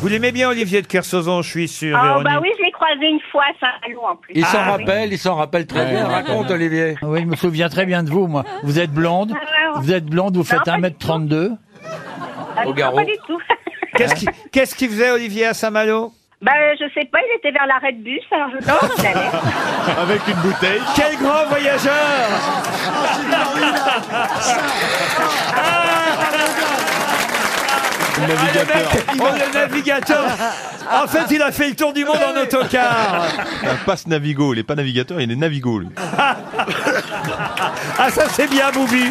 Vous l'aimez bien, Olivier de Kersauzon, je suis sûr. Ah Véronique. bah oui, je l'ai croisé une fois à Saint-Malo en plus. Il s'en Ah, oui. rappelle, il s'en rappelle très bien. Raconte, Olivier. Oui, je me souviens très bien de vous, moi. Vous êtes blonde, vous êtes blonde, vous faites Non, pas 1m32. Ah, Au garrot. Pas du tout. Qu'est-ce qui- qu'est-ce qu'il faisait, Olivier, à Saint-Malo bah euh, je sais pas, il était vers l'arrêt de bus, alors je sais pas où il allait. Avec une bouteille. Quel grand voyageur Le Ah, le mec, navigateur. oh, le navigateur En fait, il a fait le tour du monde en autocar Un passe navigo. Il est pas navigateur, il est navigo. lui. Ah, ça, c'est bien, Boubi